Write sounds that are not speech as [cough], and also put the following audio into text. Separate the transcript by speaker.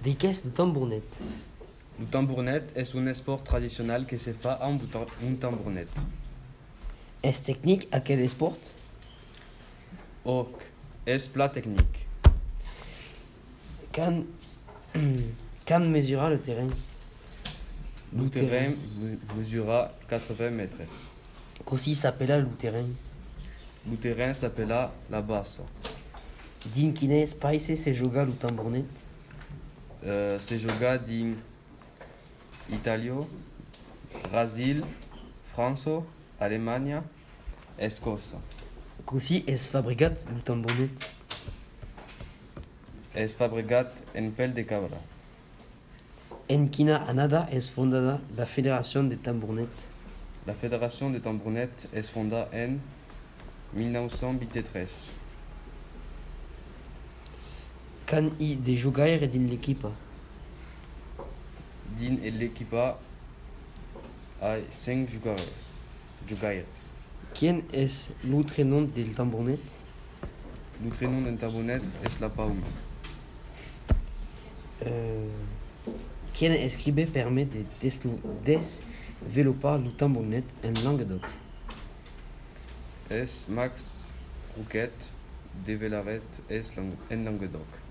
Speaker 1: Des caisses de tambournette.
Speaker 2: Le tambournette es un sport tradicional que se fait en bouton- un tambournette.
Speaker 1: Es technique à quel sport
Speaker 2: Oc es plat technique.
Speaker 1: Can... [clears throat] Can mesura le terrain
Speaker 2: Le terrain me- mesura 80 mètres.
Speaker 1: Così s'appela le terrain.
Speaker 2: Le terrain s'appela la basse.
Speaker 1: Dinquine paese se joga le tambournette.
Speaker 2: Euh, se joga in Italio, Brasil, France, Allemagne, Escosse.
Speaker 1: Così es fabricat le tambournette.
Speaker 2: Es fabricat en pel de cabra.
Speaker 1: En quina anada es fondada la fédération des tambournettes
Speaker 2: La fédération des tambournettes est fondée en 1923.
Speaker 1: Can i de jogaire din l'equipa
Speaker 2: Din et l'équipe a 5 jugadores. Jugadores.
Speaker 1: Quien es l'entraîneur del tambournette
Speaker 2: L'entraîneur d'un tambournette est la Paula.
Speaker 1: Euh, Quien escribe permet de deslo- développer le tambournette en Languedoc
Speaker 2: Es Max Rouquette de Velaret es lang- en Languedoc.